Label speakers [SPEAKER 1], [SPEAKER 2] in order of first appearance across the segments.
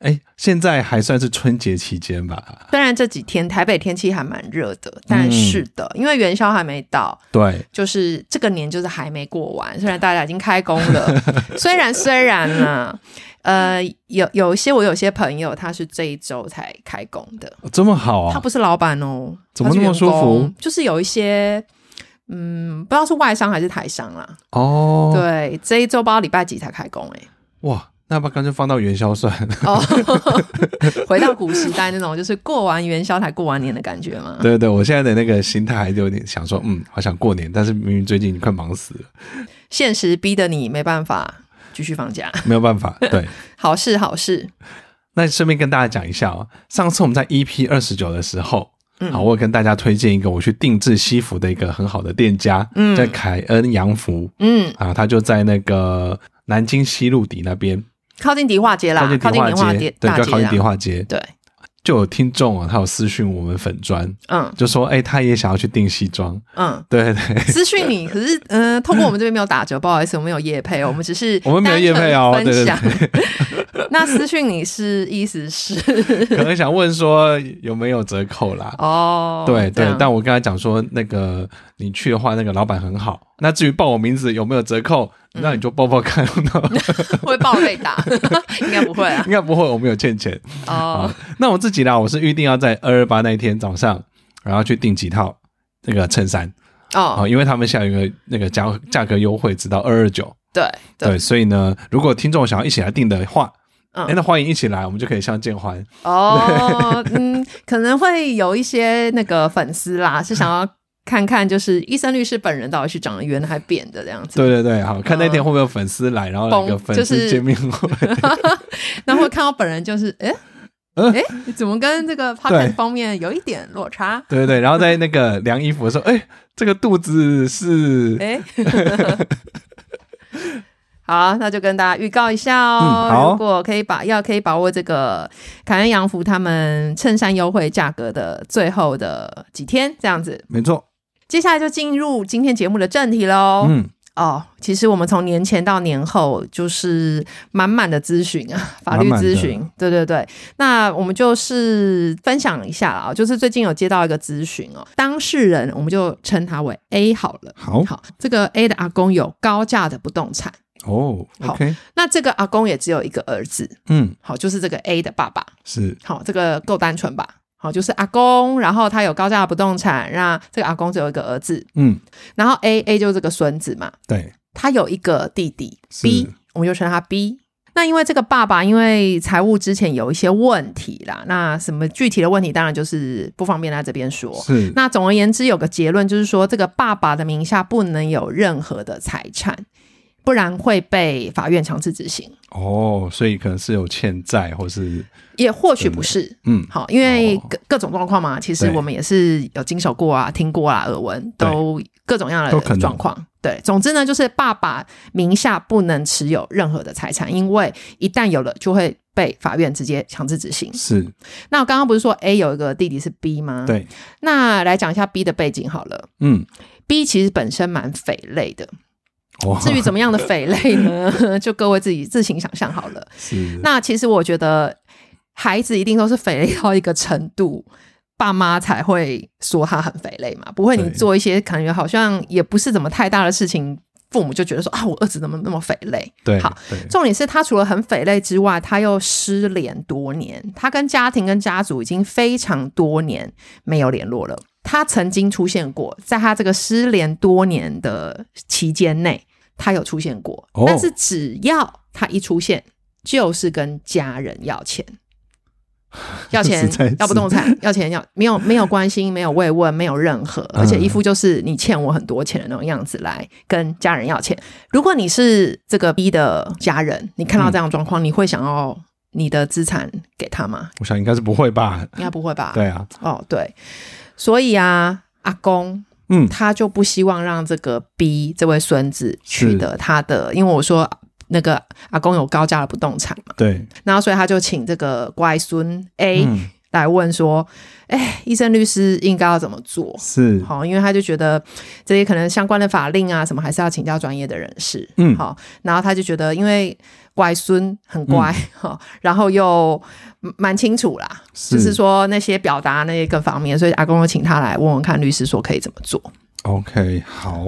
[SPEAKER 1] 哎，现在还算是春节期间吧？
[SPEAKER 2] 虽然这几天台北天气还蛮热的，但是的，因为元宵还没到，
[SPEAKER 1] 对，
[SPEAKER 2] 就是这个年就是还没过完，虽然大家已经开工了， 虽然虽然呢，呃，有有一些我有些朋友他是这一周才开工的，
[SPEAKER 1] 哦这么好
[SPEAKER 2] 他
[SPEAKER 1] 啊！
[SPEAKER 2] 不是老板哦，
[SPEAKER 1] 怎么
[SPEAKER 2] 他是
[SPEAKER 1] 那么
[SPEAKER 2] 员
[SPEAKER 1] 舒服
[SPEAKER 2] 工？就是有一些，嗯，不知道是外商还是台商啦。
[SPEAKER 1] 哦，
[SPEAKER 2] 对，这一周不知道礼拜几才开工哎、
[SPEAKER 1] 哇，那把干脆放到元宵算了。
[SPEAKER 2] 哦， 回到古时代那种，就是过完元宵才过完年的感觉嘛。
[SPEAKER 1] 对对对，我现在的那个心态还是有点想说，嗯，好想过年，但是明明最近快忙死了，
[SPEAKER 2] 现实逼得你没办法继续放假，
[SPEAKER 1] 没有办法。对，
[SPEAKER 2] 好事好事。
[SPEAKER 1] 那顺便跟大家讲一下哦，上次我们在 EP 二十九的时候，
[SPEAKER 2] 嗯
[SPEAKER 1] 好，我有跟大家推荐一个我去定制西服的一个很好的店家，
[SPEAKER 2] 嗯
[SPEAKER 1] 叫凯恩洋服
[SPEAKER 2] 嗯，
[SPEAKER 1] 啊，他就在那个南京西路底那边，
[SPEAKER 2] 靠近迪化街啦，
[SPEAKER 1] 靠
[SPEAKER 2] 靠
[SPEAKER 1] 近迪
[SPEAKER 2] 近迪化
[SPEAKER 1] 化
[SPEAKER 2] 街
[SPEAKER 1] 街，对，
[SPEAKER 2] 大
[SPEAKER 1] 就靠
[SPEAKER 2] 街
[SPEAKER 1] 近迪
[SPEAKER 2] 啦。
[SPEAKER 1] 化街，
[SPEAKER 2] 对，
[SPEAKER 1] 就有听众啊，他有私讯我们粉砖，
[SPEAKER 2] 嗯
[SPEAKER 1] 就说，哎、他也想要去订西装，
[SPEAKER 2] 嗯。
[SPEAKER 1] 对对。
[SPEAKER 2] 私讯你，可是嗯、呃，通过我们这边没有打折，不好意思，我们有业 配哦，我们只是
[SPEAKER 1] 我们没有业配哦
[SPEAKER 2] 单纯
[SPEAKER 1] 对对
[SPEAKER 2] 分享。 那私讯你是意思是
[SPEAKER 1] 可能想问说有没有折扣啦？
[SPEAKER 2] 哦，
[SPEAKER 1] 对
[SPEAKER 2] 这
[SPEAKER 1] 对
[SPEAKER 2] 样，
[SPEAKER 1] 但我跟他讲说，那个你去的话，那个老板很好。那至于报我名字有没有折扣，那
[SPEAKER 2] 嗯
[SPEAKER 1] 你就报报看。
[SPEAKER 2] 会爆被打， 应该不 会啊。
[SPEAKER 1] 应该不会，我没有欠钱
[SPEAKER 2] 哦
[SPEAKER 1] 啊，。那我自己啦，我是预定要在二二八那一天早上，然后去订几套那个衬衫
[SPEAKER 2] 哦，
[SPEAKER 1] 啊，因为他们现在有一个那个价价格优惠，直到二二九。
[SPEAKER 2] 对
[SPEAKER 1] 对，，所以呢，如果听众想要一起来订的话，哎，
[SPEAKER 2] 嗯，
[SPEAKER 1] 那欢迎一起来，我们就可以相见欢。
[SPEAKER 2] 哦，嗯，可能会有一些那个粉丝啦，是想要看看就是医生律师本人到底是长得圆的还扁的这样子，
[SPEAKER 1] 对对对，好看那天会不会有粉丝来，然后来个
[SPEAKER 2] 疯
[SPEAKER 1] 粉
[SPEAKER 2] 就
[SPEAKER 1] 丝
[SPEAKER 2] 是
[SPEAKER 1] 见面会。
[SPEAKER 2] 然后看到本人就是，哎、
[SPEAKER 1] 呃
[SPEAKER 2] 哎、怎么跟这个 p o c
[SPEAKER 1] 对
[SPEAKER 2] a s t 方面有一点落差？
[SPEAKER 1] 对对对，然后在那个量衣服的时候，哎、这个肚子是，
[SPEAKER 2] 哎、好，那就跟大家预告一下哦。
[SPEAKER 1] 嗯好
[SPEAKER 2] 如果可以把要可以把握这个凯恩洋服他们衬衫优惠价格的最后的几天，这样子，
[SPEAKER 1] 没错，
[SPEAKER 2] 接下来就进入今天节目的正题喽。
[SPEAKER 1] 嗯，
[SPEAKER 2] 哦，其实我们从年前到年后就是满满的咨询 啊，法律
[SPEAKER 1] 满满的
[SPEAKER 2] 咨询，对对对。那我们就是分享一下啊，就是最近有接到一个咨询哦，当事人我们就称他为 A 好了。
[SPEAKER 1] 好，
[SPEAKER 2] 好，这个 A 的阿公有高价的不动产，
[SPEAKER 1] 哦
[SPEAKER 2] 好
[SPEAKER 1] ，OK，
[SPEAKER 2] 那这个阿公也只有一个儿子，
[SPEAKER 1] 嗯，
[SPEAKER 2] 好，就是这个 A 的爸爸，
[SPEAKER 1] 是，
[SPEAKER 2] 好，这个够单纯吧？好，就是阿公，然后他有高价的不动产，那这个阿公只有一个儿子，
[SPEAKER 1] 嗯，
[SPEAKER 2] 然后 A A 就是这个孙子嘛，
[SPEAKER 1] 对，
[SPEAKER 2] 他有一个弟弟
[SPEAKER 1] 是
[SPEAKER 2] B，我们就称他 B。那因为这个爸爸因为财务之前有一些问题啦，那什么具体的问题当然就是不方便在这边说。
[SPEAKER 1] 是，
[SPEAKER 2] 那总而言之，有个结论就是说，这个爸爸的名下不能有任何的财产，不然会被法院强制执行，
[SPEAKER 1] 哦，所以可能是有欠债，或是，
[SPEAKER 2] 也或许不是。
[SPEAKER 1] 嗯，
[SPEAKER 2] 好，因为
[SPEAKER 1] 哦
[SPEAKER 2] 各各种状况嘛，其实
[SPEAKER 1] 对
[SPEAKER 2] 我们也是有经手过啊、听过啊、耳闻，
[SPEAKER 1] 对
[SPEAKER 2] 都各种样
[SPEAKER 1] 都可
[SPEAKER 2] 的
[SPEAKER 1] 能
[SPEAKER 2] 状况。对，总之呢，就是爸爸名下不能持有任何的财产，因为一旦有了，就会被法院直接强制执行。
[SPEAKER 1] 是，
[SPEAKER 2] 那我刚刚不是说 A 有一个弟弟是 B 吗？，
[SPEAKER 1] 对，
[SPEAKER 2] 那来讲一下 B 的背景好了。
[SPEAKER 1] 嗯，
[SPEAKER 2] B 其实本身蛮匪类的，
[SPEAKER 1] 哦，
[SPEAKER 2] 至于怎么样的匪类呢， 就各位自己自行想象好了。
[SPEAKER 1] 是，
[SPEAKER 2] 那其实我觉得，孩子一定都是匪类到一个程度，爸妈才会说他很匪类嘛，不会你
[SPEAKER 1] 对
[SPEAKER 2] 做一些感觉好像也不是怎么太大的事情，父母就觉得说啊，我儿子怎么那么匪类？
[SPEAKER 1] 对，
[SPEAKER 2] 好
[SPEAKER 1] 对，
[SPEAKER 2] 重点是他除了很匪类之外，他又失联多年，他跟家庭跟家族已经非常多年没有联络了。他曾经出现过，在他这个失联多年的期间内，他有出现过，
[SPEAKER 1] 哦
[SPEAKER 2] 但是只要他一出现，就是跟家人要 钱。要钱
[SPEAKER 1] 实在是，
[SPEAKER 2] 要不动产， 要钱要没有没有关心，没有慰问，没有任何，
[SPEAKER 1] 嗯
[SPEAKER 2] 而且一副就是你欠我很多钱的那种样子来跟家人要钱。如果你是这个 B 的家人，你看到这样的状况，你会想要你的资产给他吗？
[SPEAKER 1] 我想应该是不会吧？
[SPEAKER 2] 应该不会吧？，
[SPEAKER 1] 对啊，
[SPEAKER 2] 哦对，所以啊，阿公
[SPEAKER 1] 嗯，
[SPEAKER 2] 他就不希望让这个 B 这位孙子取
[SPEAKER 1] 是
[SPEAKER 2] 得他的，因为我说那个阿公有高价的不动产嘛，
[SPEAKER 1] 对，
[SPEAKER 2] 然后所以他就请这个乖孙 A
[SPEAKER 1] 嗯，
[SPEAKER 2] 来问说，哎、医生律师应该要怎么做？
[SPEAKER 1] 是，
[SPEAKER 2] 好，因为他就觉得这些可能相关的法令啊什么，还是要请教专业的人士。
[SPEAKER 1] 嗯
[SPEAKER 2] 好，然后他就觉得，因为乖孙很乖，
[SPEAKER 1] 嗯
[SPEAKER 2] 哈、然后又蛮清楚啦，就是说那些表达那些各方面，所以阿公又请他来问问看律师说可以怎么做。
[SPEAKER 1] OK，好，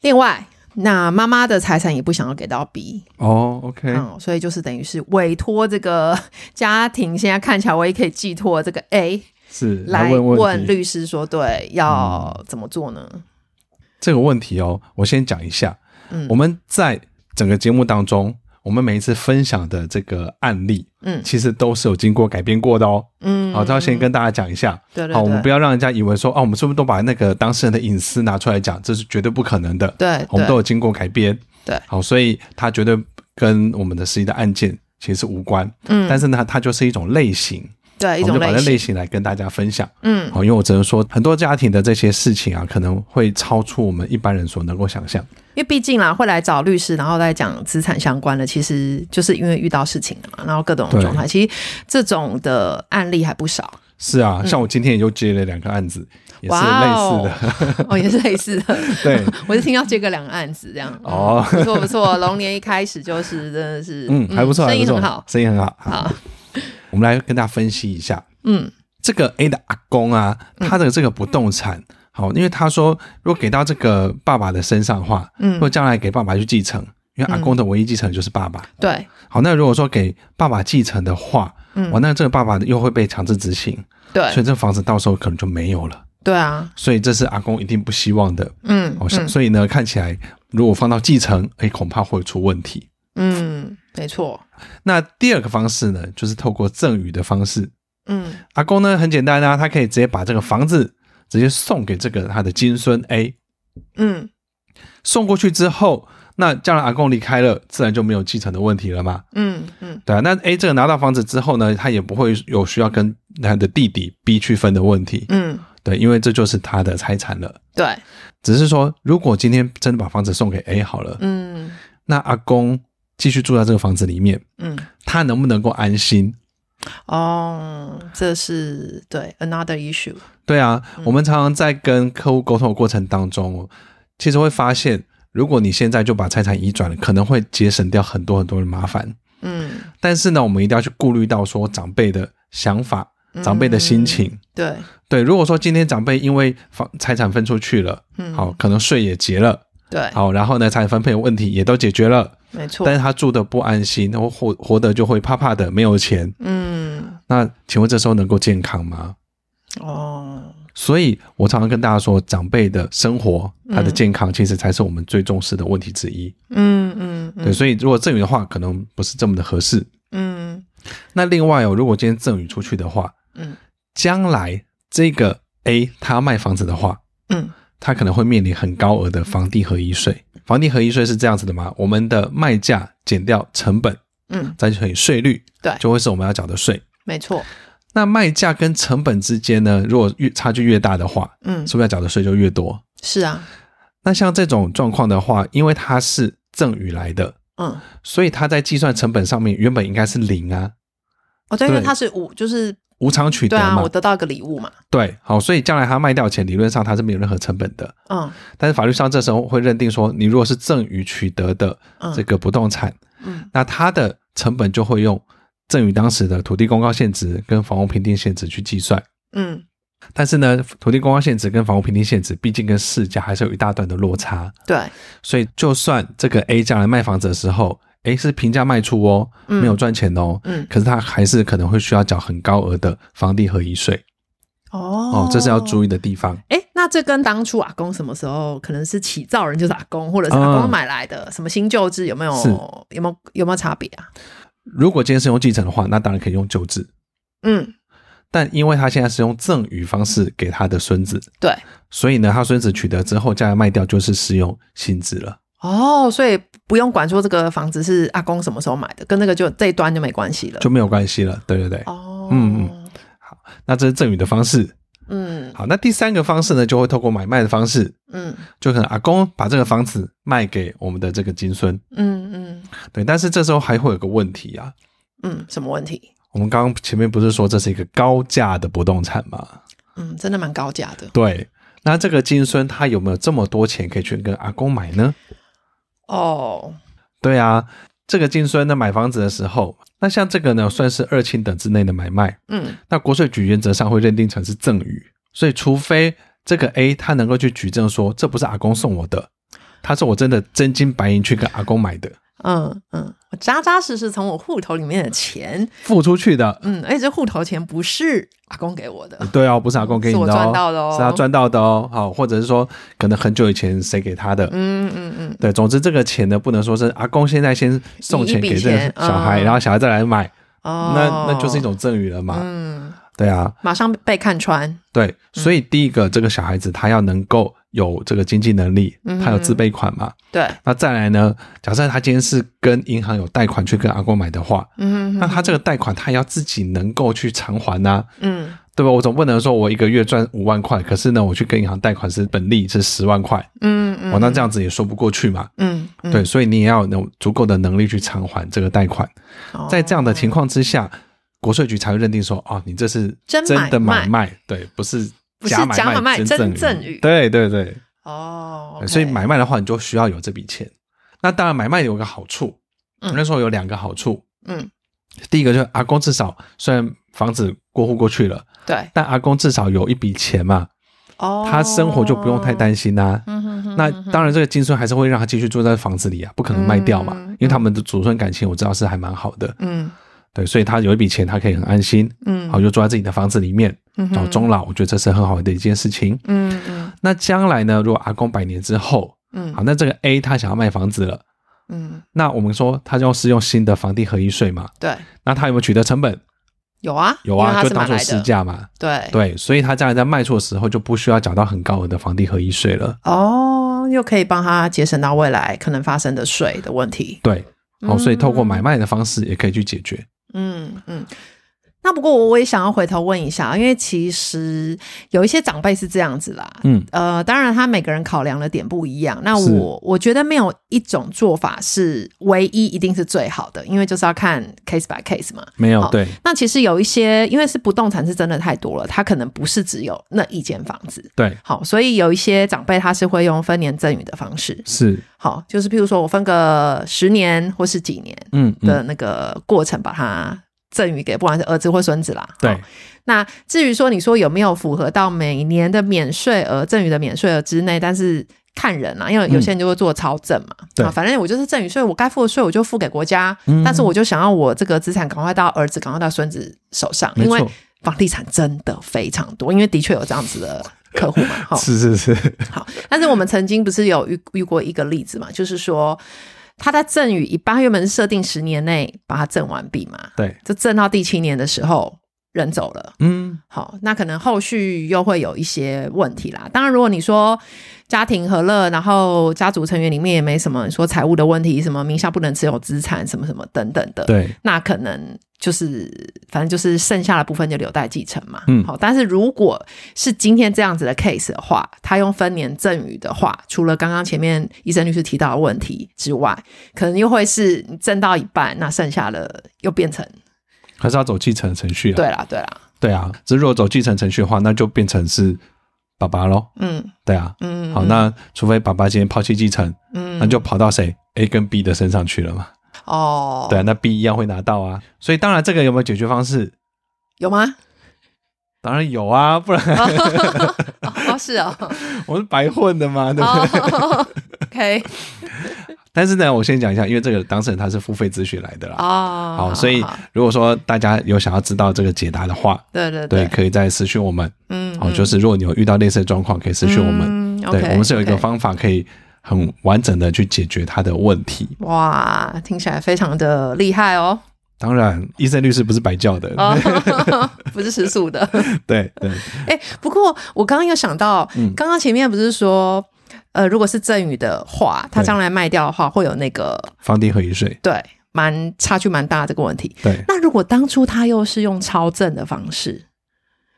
[SPEAKER 2] 另外，那妈妈的财产也不想要给到 B，
[SPEAKER 1] 哦，OK，
[SPEAKER 2] 嗯，所以就是等于是委托这个家庭，现在看起来我也可以寄托这个 A
[SPEAKER 1] 是
[SPEAKER 2] 来
[SPEAKER 1] 问
[SPEAKER 2] 问
[SPEAKER 1] 题嗯
[SPEAKER 2] 律师说，对，要怎么做呢？
[SPEAKER 1] 这个问题哦，我先讲一下。
[SPEAKER 2] 嗯
[SPEAKER 1] 我们在整个节目当中，我们每一次分享的这个案例，
[SPEAKER 2] 嗯
[SPEAKER 1] 其实都是有经过改编过的哦。
[SPEAKER 2] 嗯，
[SPEAKER 1] 好，这要先跟大家讲一下。
[SPEAKER 2] 对对对，
[SPEAKER 1] 好，我们不要让人家以为说，哦，我们是不是都把那个当事人的隐私拿出来讲？这是绝对不可能的。
[SPEAKER 2] 对，
[SPEAKER 1] 我们都
[SPEAKER 2] 对
[SPEAKER 1] 有经过改编。
[SPEAKER 2] 对
[SPEAKER 1] 好，所以它绝对跟我们的实际的案件其实是无关。
[SPEAKER 2] 嗯
[SPEAKER 1] 但是呢，它就是一种类型，
[SPEAKER 2] 对一
[SPEAKER 1] 我们
[SPEAKER 2] 种
[SPEAKER 1] 就把
[SPEAKER 2] 类
[SPEAKER 1] 这
[SPEAKER 2] 型，
[SPEAKER 1] 类型来跟大家分享。
[SPEAKER 2] 嗯，
[SPEAKER 1] 好，因为我只能说，很多家庭的这些事情啊，可能会超出我们一般人所能够想象。
[SPEAKER 2] 因为毕竟啦，会来找律师，然后再讲资产相关的，其实就是因为遇到事情了嘛，然后各种
[SPEAKER 1] 对
[SPEAKER 2] 状态，其实这种的案例还不少，
[SPEAKER 1] 是啊，像我今天也就接了两个案子，也是
[SPEAKER 2] 嗯哇
[SPEAKER 1] 类似的。
[SPEAKER 2] 哦，也是类似的，
[SPEAKER 1] 对，
[SPEAKER 2] 我是听到接个两个案子这样，
[SPEAKER 1] 哦
[SPEAKER 2] 嗯不错不错，龙年一开始就是真的是，
[SPEAKER 1] 嗯，还不错，还
[SPEAKER 2] 生
[SPEAKER 1] 不
[SPEAKER 2] 意
[SPEAKER 1] 错，
[SPEAKER 2] 很好，
[SPEAKER 1] 生意很好。
[SPEAKER 2] 好，
[SPEAKER 1] 我们来跟大家分析一下
[SPEAKER 2] 嗯
[SPEAKER 1] 这个 A 的阿公啊，他的这个不动产。好，因为他说，如果给到这个爸爸的身上的话，如果
[SPEAKER 2] 嗯，
[SPEAKER 1] 将来给爸爸去继承，因为阿公的唯一继承人就是爸爸。
[SPEAKER 2] 对，
[SPEAKER 1] 好，那如果说给爸爸继承的话，
[SPEAKER 2] 嗯
[SPEAKER 1] 哇，那这个爸爸又会被强制执行，所
[SPEAKER 2] 对
[SPEAKER 1] 以这房子到时候可能就没有了。
[SPEAKER 2] 对啊，
[SPEAKER 1] 所以这是阿公一定不希望的。
[SPEAKER 2] 嗯
[SPEAKER 1] 好、像所以呢，看起来如果放到继承，哎，恐怕会出问题。
[SPEAKER 2] 嗯，没错，
[SPEAKER 1] 那第二个方式呢，就是透过赠与的方式。
[SPEAKER 2] 嗯
[SPEAKER 1] 阿公呢很简单啊，他可以直接把这个房子直接送给这个他的金孙 A，
[SPEAKER 2] 嗯
[SPEAKER 1] 送过去之后，那将来阿公离开了，自然就没有继承的问题了嘛。
[SPEAKER 2] 嗯嗯，
[SPEAKER 1] 对啊，那 A 这个拿到房子之后呢，他也不会有需要跟他的弟弟 B 去分的问题，
[SPEAKER 2] 嗯，
[SPEAKER 1] 对，因为这就是他的财产了。
[SPEAKER 2] 对，
[SPEAKER 1] 只是说，如果今天真的把房子送给 A 好了，
[SPEAKER 2] 嗯
[SPEAKER 1] 那阿公继续住在这个房子里面，
[SPEAKER 2] 嗯。
[SPEAKER 1] 他能不能够安心？
[SPEAKER 2] 哦，这是对 another issue。
[SPEAKER 1] 对啊，我们常常在跟客户沟通的过程当中哦，其实会发现，如果你现在就把财产移转了，可能会节省掉很多很多的麻烦。
[SPEAKER 2] 嗯，
[SPEAKER 1] 但是呢，我们一定要去顾虑到说长辈的想法、
[SPEAKER 2] 嗯
[SPEAKER 1] 长辈的心情。
[SPEAKER 2] 对，
[SPEAKER 1] 对，如果说今天长辈因为房财产分出去了，
[SPEAKER 2] 嗯，哎
[SPEAKER 1] 好，，可能税也结了，
[SPEAKER 2] 对，
[SPEAKER 1] 好，然后呢，财产分配的问题也都解决了，
[SPEAKER 2] 没错
[SPEAKER 1] 但。是他住的不安心，然后活活的就会怕怕的，没有钱。
[SPEAKER 2] 嗯，
[SPEAKER 1] 那请问这时候能够健康吗？
[SPEAKER 2] 哦，
[SPEAKER 1] 所以我常常跟大家说，长辈的生活、他的健康，其实才是我们最重视的问题之一。
[SPEAKER 2] 嗯嗯
[SPEAKER 1] 对，
[SPEAKER 2] 嗯
[SPEAKER 1] 所以如果赠与的话，可能不是这么的合适。
[SPEAKER 2] 嗯
[SPEAKER 1] 那另外哦，如果今天赠与出去的话，
[SPEAKER 2] 嗯
[SPEAKER 1] 将来这个 A 他卖房子的话，
[SPEAKER 2] 嗯，
[SPEAKER 1] 他可能会面临很高额的房地合一税。房地合一税是这样子的嘛？我们的卖价减掉成本，
[SPEAKER 2] 嗯，
[SPEAKER 1] 再乘以税率，
[SPEAKER 2] 对
[SPEAKER 1] 就会是我们要缴的税。
[SPEAKER 2] 没错。
[SPEAKER 1] 那卖价跟成本之间呢，如果越差距越大的话，
[SPEAKER 2] 嗯
[SPEAKER 1] 是，不是要缴的税就越多？
[SPEAKER 2] 是啊，
[SPEAKER 1] 那像这种状况的话，因为它是赠与来的，
[SPEAKER 2] 嗯，
[SPEAKER 1] 所以它在计算成本上面原本应该是零啊，
[SPEAKER 2] 哦，对，因为
[SPEAKER 1] 对
[SPEAKER 2] 它是五，就是
[SPEAKER 1] 无偿取得
[SPEAKER 2] 对啊，
[SPEAKER 1] 嘛
[SPEAKER 2] 我。得到一个礼物嘛。
[SPEAKER 1] 对，好，所以将来它卖掉钱，理论上它是没有任何成本的。
[SPEAKER 2] 嗯
[SPEAKER 1] 但是法律上这时候会认定说，你如果是赠与取得的
[SPEAKER 2] 嗯，
[SPEAKER 1] 这个不动产，
[SPEAKER 2] 嗯
[SPEAKER 1] 那它的成本就会用赠与当时的土地公告现值跟房屋评定现值去计算。
[SPEAKER 2] 嗯，
[SPEAKER 1] 但是呢，土地公告现值跟房屋评定现值毕竟跟市价还是有一大段的落差。
[SPEAKER 2] 对，
[SPEAKER 1] 所以就算这个 A 将来卖房子的时候，诶是平价卖出哦，
[SPEAKER 2] 嗯
[SPEAKER 1] 没有赚钱哦，
[SPEAKER 2] 嗯，
[SPEAKER 1] 可是他还是可能会需要缴很高额的房地合一税
[SPEAKER 2] 哦
[SPEAKER 1] 哦，这是要注
[SPEAKER 2] 意。
[SPEAKER 1] 意的地方。
[SPEAKER 2] 哎，那这跟当初阿公什么时候可能是起造人就是阿公，或者是阿
[SPEAKER 1] 嗯
[SPEAKER 2] 公买来的什么新旧制有没有
[SPEAKER 1] 是
[SPEAKER 2] 有没有有没有差别啊？
[SPEAKER 1] 如果今天是用继承的话，那当然可以用旧制，
[SPEAKER 2] 嗯，
[SPEAKER 1] 但因为他现在是用赠与方式给他的孙子，
[SPEAKER 2] 对，
[SPEAKER 1] 所以呢，他孙子取得之后，将来卖掉就是适用新制了。
[SPEAKER 2] 哦，所以不用管说这个房子是阿公什么时候买的，跟那个就这一端就没关系了。
[SPEAKER 1] 就没有关系了，对对对，
[SPEAKER 2] 哦，
[SPEAKER 1] 嗯那这是赠与的方式。
[SPEAKER 2] 嗯
[SPEAKER 1] 好，那第三个方式呢，就会透过买卖的方式，
[SPEAKER 2] 嗯
[SPEAKER 1] 就可能阿公把这个房子卖给我们的这个金孙。
[SPEAKER 2] 嗯嗯
[SPEAKER 1] 对，但是这时候还会有个问题啊，
[SPEAKER 2] 嗯，什么问题？
[SPEAKER 1] 我们刚刚前面不是说这是一个高价的不动产吗？
[SPEAKER 2] 嗯，真的蛮高价的
[SPEAKER 1] 对，那这个金孙他有没有这么多钱可以去跟阿公买呢？
[SPEAKER 2] 哦。
[SPEAKER 1] 对啊，这个金孙呢买房子的时候，那像这个呢算是二亲等之内的买卖，
[SPEAKER 2] 嗯
[SPEAKER 1] 那国税局原则上会认定成是赠与，所以除非这个 A 他能够去举证说这不是阿公送我的，他是我真的真金白银去跟阿公买的，
[SPEAKER 2] 嗯嗯，我扎扎实实从我户头里面的钱，
[SPEAKER 1] 付出去的。
[SPEAKER 2] 嗯，而且这户头钱不是阿公给我的，
[SPEAKER 1] 对哦，不是阿公给你的哦，
[SPEAKER 2] 是我赚到的哦
[SPEAKER 1] 是他赚到的哦。好，或者是说，可能很久以前谁给他的，
[SPEAKER 2] 嗯嗯嗯，
[SPEAKER 1] 对，总之这个钱呢，不能说是阿公现在先送钱给这
[SPEAKER 2] 一笔钱
[SPEAKER 1] 个小孩，
[SPEAKER 2] 嗯
[SPEAKER 1] 然后小孩再来买，
[SPEAKER 2] 哦，
[SPEAKER 1] 那那就是一，种赠与了嘛。
[SPEAKER 2] 嗯，
[SPEAKER 1] 对啊，
[SPEAKER 2] 马上被看穿，
[SPEAKER 1] 对，所以第一个，这个小孩子他要能够有这个经济能力，
[SPEAKER 2] 嗯
[SPEAKER 1] 他有自备款嘛。
[SPEAKER 2] 对，
[SPEAKER 1] 那再来呢，假设他今天是跟银行有贷款去跟阿公买的话，
[SPEAKER 2] 嗯
[SPEAKER 1] 那他这个贷款他也要自己能够去偿还呐、
[SPEAKER 2] 嗯
[SPEAKER 1] 对吧？我总不能说我一个月赚五万块，可是呢，我去跟银行贷款是本利是十万块，
[SPEAKER 2] 嗯嗯，
[SPEAKER 1] 我、哦那这样子也说不过去嘛。
[SPEAKER 2] 嗯，嗯
[SPEAKER 1] 对，，所以你也要有足够的能力去偿还这个贷款。
[SPEAKER 2] 哦
[SPEAKER 1] 在这样的情况之下，国税局才会认定说，哦，你这是
[SPEAKER 2] 真
[SPEAKER 1] 的
[SPEAKER 2] 买卖
[SPEAKER 1] 卖，对，不是
[SPEAKER 2] 不是假
[SPEAKER 1] 假
[SPEAKER 2] 买卖
[SPEAKER 1] 卖
[SPEAKER 2] 真
[SPEAKER 1] 赠
[SPEAKER 2] 赠与
[SPEAKER 1] 与。对对对，对
[SPEAKER 2] 哦 OK
[SPEAKER 1] 呃所以买卖的话，你就需要有这笔钱。那当然，买卖有个好处，
[SPEAKER 2] 嗯
[SPEAKER 1] 我那时候有两个好处。
[SPEAKER 2] 嗯，
[SPEAKER 1] 第一个就是阿公至少虽然房子过户过去了，
[SPEAKER 2] 对，
[SPEAKER 1] 但阿公至少有一笔钱嘛，
[SPEAKER 2] 哦，
[SPEAKER 1] 他生活就不用太担心啦、啊
[SPEAKER 2] 嗯哼哼，
[SPEAKER 1] 那当然，这个金孙还是会让他继续住在房子里啊，不可能卖掉嘛，
[SPEAKER 2] 嗯
[SPEAKER 1] 因为他们的祖孙感情我知道是还蛮好的，
[SPEAKER 2] 嗯
[SPEAKER 1] 对，所以他有一笔钱，他可以很安心，
[SPEAKER 2] 嗯，
[SPEAKER 1] 好，就住在自己的房子里面，
[SPEAKER 2] 嗯哼
[SPEAKER 1] 然后终老，我觉得这是很好的一件事情。
[SPEAKER 2] 嗯嗯
[SPEAKER 1] 那将来呢，如果阿公百年之后，
[SPEAKER 2] 嗯，
[SPEAKER 1] 好，，那这个 A 他想要卖房子了，
[SPEAKER 2] 嗯，
[SPEAKER 1] 那我们说他就是用新的房地合一税嘛，
[SPEAKER 2] 对，
[SPEAKER 1] 那他有没有取得成本？
[SPEAKER 2] 有啊，
[SPEAKER 1] 有
[SPEAKER 2] 因为
[SPEAKER 1] 啊，
[SPEAKER 2] 他
[SPEAKER 1] 就是当
[SPEAKER 2] 买
[SPEAKER 1] 做
[SPEAKER 2] 来
[SPEAKER 1] 市
[SPEAKER 2] 的，
[SPEAKER 1] 价嘛，
[SPEAKER 2] 对，
[SPEAKER 1] 对，所以他将来在卖出的时候就不需要缴到很高额的房地合一税了。
[SPEAKER 2] 哦，又可以帮他节省到未来可能发生的税的问题，
[SPEAKER 1] 对，哦，
[SPEAKER 2] 嗯
[SPEAKER 1] 所以透过买卖的方式也可以去解决。
[SPEAKER 2] 嗯嗯。那不过我我也想要回头问一下，因为其实有一些长辈是这样子啦，
[SPEAKER 1] 嗯，
[SPEAKER 2] 呃，当然他每个人考量的点不一样。那
[SPEAKER 1] 是
[SPEAKER 2] 我我觉得没有一种做法是唯一一定是最好的，因为就是要看 case by case 嘛。
[SPEAKER 1] 没有
[SPEAKER 2] 好
[SPEAKER 1] 对，
[SPEAKER 2] 那其实有一些，因为是不动产是真的太多了，它可能不是只有那一间房子。
[SPEAKER 1] 对，
[SPEAKER 2] 好，所以有一些长辈他是会用分年赠与的方式，
[SPEAKER 1] 是，
[SPEAKER 2] 好，就是譬如说我分个十年或是几年
[SPEAKER 1] 嗯，嗯
[SPEAKER 2] 的那个过程，把它赠与给不管是儿子或孙子啦。
[SPEAKER 1] 对
[SPEAKER 2] 好，那至于说你说有没有符合到每年的免税额、赠与的免税额之内，但是看人啊啦、因为有些人就会做超赠嘛。
[SPEAKER 1] 嗯对
[SPEAKER 2] 啊反正我就是赠与税，我该付的税我就付给国家，
[SPEAKER 1] 嗯
[SPEAKER 2] 但是我就想要我这个资产赶快到儿子、赶快到孙子手上，
[SPEAKER 1] 没
[SPEAKER 2] 因为
[SPEAKER 1] 错，
[SPEAKER 2] 房地产真的非常多，因为的确有这样子的客户 嘛。哈，
[SPEAKER 1] 是是是，
[SPEAKER 2] 好，但是我们曾经不是有遇遇过一个例子嘛，就是说他在赠与一半，他原本是设定十年内把它赠完毕嘛，
[SPEAKER 1] 对，
[SPEAKER 2] 就赠到第七年的时候人走了。
[SPEAKER 1] 嗯，
[SPEAKER 2] 好，那可能后续又会有一些问题啦。当然，如果你说家庭和乐，然后家族成员里面也没什么，你说财务的问题，什么名下不能持有资产，什么什么等等的，
[SPEAKER 1] 对，
[SPEAKER 2] 那可能就是反正就是剩下的部分就留待继承嘛。
[SPEAKER 1] 嗯
[SPEAKER 2] 好，但是如果是今天这样子的 case 的话，他用分年赠与的话，除了刚刚前面医生律师提到的问题之外，可能又会是你挣到一半，那剩下的又变成
[SPEAKER 1] 还是要走继承程序啊。
[SPEAKER 2] 对啦，对啦，
[SPEAKER 1] 对啊，只是如果走继承程序的话，那就变成是爸爸喽。
[SPEAKER 2] 嗯
[SPEAKER 1] 对啊，
[SPEAKER 2] 嗯，
[SPEAKER 1] 好，那除非爸爸今天抛弃继承，
[SPEAKER 2] 嗯
[SPEAKER 1] 那就跑到谁 A 跟 B 的身上去了嘛。
[SPEAKER 2] 哦，
[SPEAKER 1] 对啊，那 B 一样会拿到啊。所以当然，这个有没有解决方式？
[SPEAKER 2] 有吗？
[SPEAKER 1] 当然有啊，不 然
[SPEAKER 2] 哦，是 哦，
[SPEAKER 1] 我是白混的嘛，对不对？
[SPEAKER 2] 哦，OK，
[SPEAKER 1] 但是呢，我先讲一下，因为这个当事人他是付费咨询来的啦。
[SPEAKER 2] 哦，
[SPEAKER 1] 好，所以
[SPEAKER 2] 好
[SPEAKER 1] 如果说大家有想要知道这个解答的话，
[SPEAKER 2] 对对
[SPEAKER 1] 对，，可以再私讯我们。
[SPEAKER 2] 嗯，
[SPEAKER 1] 好，就是如果你有遇到类似的状况，可以私
[SPEAKER 2] 嗯
[SPEAKER 1] 讯我们。，
[SPEAKER 2] 嗯
[SPEAKER 1] 对
[SPEAKER 2] OK，
[SPEAKER 1] 我们是有一个
[SPEAKER 2] OK
[SPEAKER 1] 方法可以很完整的去解决他的问题。
[SPEAKER 2] 哇，听起来非常的厉害哦！
[SPEAKER 1] 当然，医生律师不是白叫的，
[SPEAKER 2] 哦， 不是吃素的。
[SPEAKER 1] 对对，
[SPEAKER 2] 哎、不过我刚刚有想到，
[SPEAKER 1] 嗯
[SPEAKER 2] 刚刚前面不是说，呃，如果是赠与的话，他
[SPEAKER 1] 对
[SPEAKER 2] 将来卖掉的话，会有那个
[SPEAKER 1] 房地合一税，
[SPEAKER 2] 对蛮差距蛮大这个问题。
[SPEAKER 1] 对，
[SPEAKER 2] 那如果当初他又是用超赠的方式，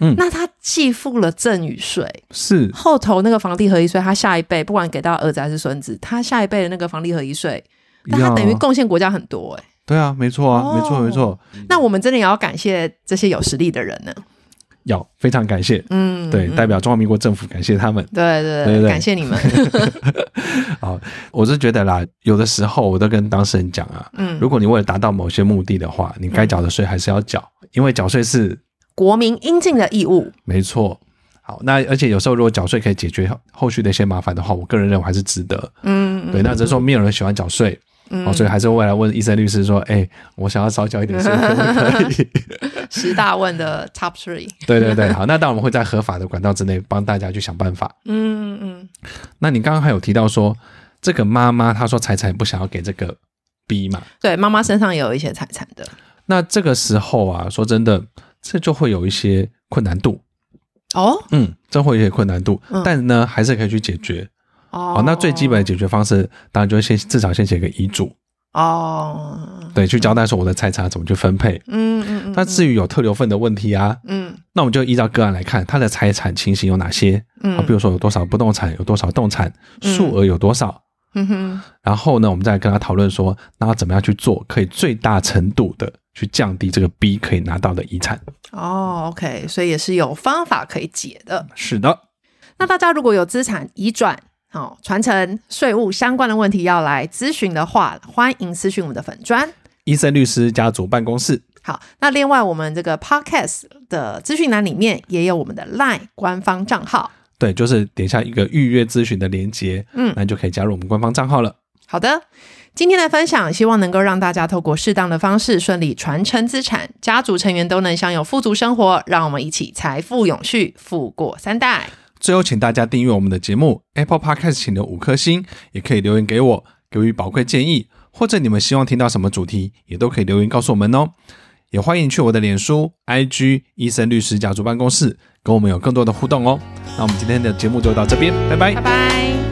[SPEAKER 1] 嗯
[SPEAKER 2] 那他既付了赠与税，
[SPEAKER 1] 是
[SPEAKER 2] 后头那个房地合一税，他下一辈不管给到儿子还是孙子，他下一辈的那个房地合一税，
[SPEAKER 1] 一
[SPEAKER 2] 但他
[SPEAKER 1] 样
[SPEAKER 2] 等于哦
[SPEAKER 1] 啊
[SPEAKER 2] 贡献国家很多哎、
[SPEAKER 1] 对啊，没错啊，没错没错，
[SPEAKER 2] 那我们真的也要感谢这些有实力的人呢。
[SPEAKER 1] 要非常感谢，
[SPEAKER 2] 嗯，
[SPEAKER 1] 对，
[SPEAKER 2] 嗯
[SPEAKER 1] 代表中华民国政府感谢他们。
[SPEAKER 2] 对
[SPEAKER 1] 对对
[SPEAKER 2] 对对
[SPEAKER 1] 对
[SPEAKER 2] 感谢 你们。
[SPEAKER 1] 我是觉得啦，有的时候我都跟当事人讲啊，
[SPEAKER 2] 嗯，
[SPEAKER 1] 如果你为了达到某些目的的话，你该缴的税还是要缴，因为缴税是
[SPEAKER 2] 国民应尽的义务。
[SPEAKER 1] 没错。好，那而且有时候如果缴税可以解决后后续的一些麻烦的话，我个人认为还是值得。
[SPEAKER 2] 嗯，
[SPEAKER 1] 对，那只是说没有人喜欢缴税，
[SPEAKER 2] 嗯
[SPEAKER 1] 哦，所以还是未来问医生律师说，哎、我想要少缴一点 税，可不可以？
[SPEAKER 2] 十大问的 top three。
[SPEAKER 1] 对对对，好，那当然我们会在合法的管道之内帮大家去想办法。
[SPEAKER 2] 嗯嗯
[SPEAKER 1] 那你刚刚还有提到说，这个妈妈她说彩彩不想要给这个 B 嘛，
[SPEAKER 2] 嗯，对，妈妈身上也有一些财产的。
[SPEAKER 1] 那这个时候啊，说真的，这就会有一些困难度，
[SPEAKER 2] 哦
[SPEAKER 1] 嗯，这会有一些困难度，
[SPEAKER 2] 嗯
[SPEAKER 1] 但呢还是可以去解决。
[SPEAKER 2] 哦
[SPEAKER 1] 哦，那最基本的解决方式，当然就是先至少先写个遗嘱，
[SPEAKER 2] 哦，
[SPEAKER 1] 对，去交代说我的财产怎么去分配。
[SPEAKER 2] 嗯嗯嗯，
[SPEAKER 1] 那至于有特留份的问题啊，
[SPEAKER 2] 嗯
[SPEAKER 1] 那我们就依照个案来看，他的财产情形有哪些
[SPEAKER 2] 嗯，
[SPEAKER 1] 啊？比如说有多少不动产，有多少动产，
[SPEAKER 2] 嗯
[SPEAKER 1] 数额有多少。
[SPEAKER 2] 嗯哼，
[SPEAKER 1] 然后呢，我们再来跟他讨论说，那要怎么样去做，可以最大程度的去降低这个 B 可以拿到的遗产。
[SPEAKER 2] 哦，OK，所以也是有方法可以解的。
[SPEAKER 1] 是的，
[SPEAKER 2] 那大家如果有资产移转、哦传承、税务相关的问题要来咨询的话，欢迎私讯我们的粉砖。
[SPEAKER 1] 医生律师家族办公室，
[SPEAKER 2] 好，那另外我们这个 podcast 的资讯栏里面也有我们的 LINE 官方账号。
[SPEAKER 1] 对，就是点下一个预约咨询的连接，
[SPEAKER 2] 嗯
[SPEAKER 1] 那你就可以加入我们官方账号了。
[SPEAKER 2] 好的，今天的分享希望能够让大家透过适当的方式顺利传承资产，家族成员都能享有富足生活。让我们一起财富永续，富过三代。
[SPEAKER 1] 最后，请大家订阅我们的节目，Apple Podcast 请留五颗星，也可以留言给我，给予宝贵建议，或者你们希望听到什么主题，也都可以留言告诉我们哦。也欢迎去我的脸书、IG 医生律师家族办公室，跟我们有更多的互动哦。那我们今天的节目就到这边，拜拜
[SPEAKER 2] 拜。拜。